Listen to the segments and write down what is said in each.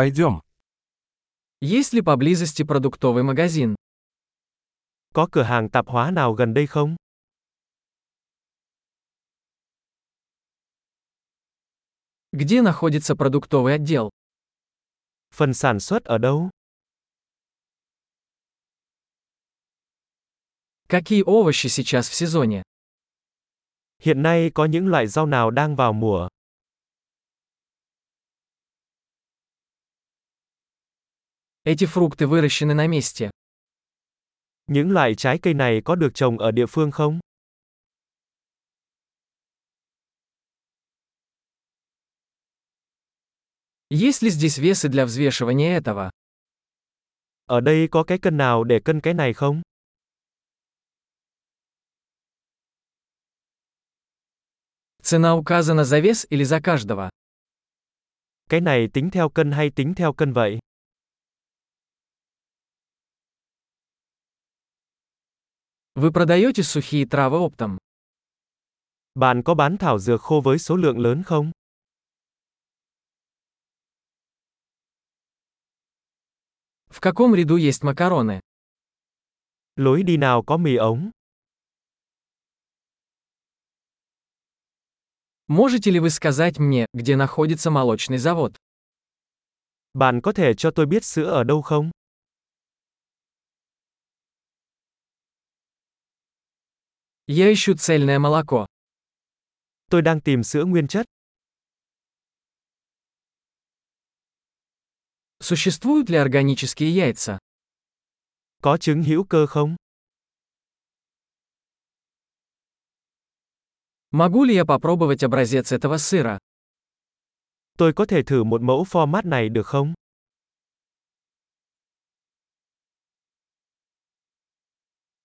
Пойдем. Есть ли поблизости продуктовый магазин? Có cửa hàng tạp hóa nào gần đây không? Где находится продуктовый отдел? Phần sản xuất ở đâu? Какие овощи сейчас в сезоне? Hiện nay có những loại rau nào đang vào mùa? Эти фрукты выращены на месте. Những loại trái cây này có được trồng ở địa phương không? Есть ли здесь весы для взвешивания этого? Ở đây có cái cân nào để cân cái này không? Цена указана за вес или за каждого? Cái này tính theo cân hay tính theo cân vậy? Вы продаете сухие травы оптом? Bạn có bán thảo dược khô với số lượng lớn không? В каком ряду есть макароны? Lối đi nào có mì ống? Можете ли вы сказать мне, где находится молочный завод? Bạn có thể cho tôi biết sữa ở đâu không? Я ищу цельное молоко. Tôi đang tìm sữa nguyên chất. Существуют ли органические яйца? Có trứng hữu cơ không? Могу ли я попробовать образец этого сыра? Tôi có thể thử một mẫu format này được không?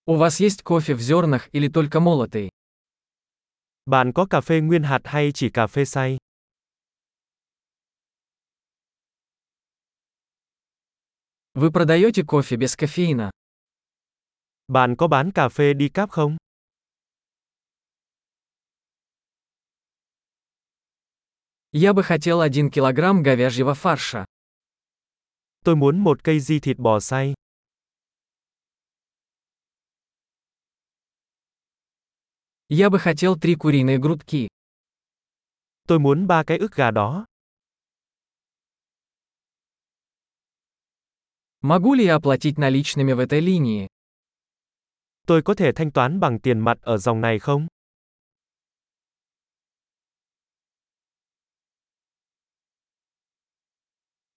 У вас есть кофе в зернах или только молотый? Bạn có cà phê nguyên hạt hay chỉ cà phê xay? Вы продаете кофе без кофеина? Bạn có bán cà phê đi cáp không? Я бы хотел 1 килограмм говяжьего фарша. Tôi muốn một cây di thịt bò xay. Я бы хотел 3 куриные грудки. Tôi muốn ba cái ức gà đó. Могу ли я оплатить наличными в этой линии? Tôi có thể thanh toán bằng tiền mặt ở dòng này không?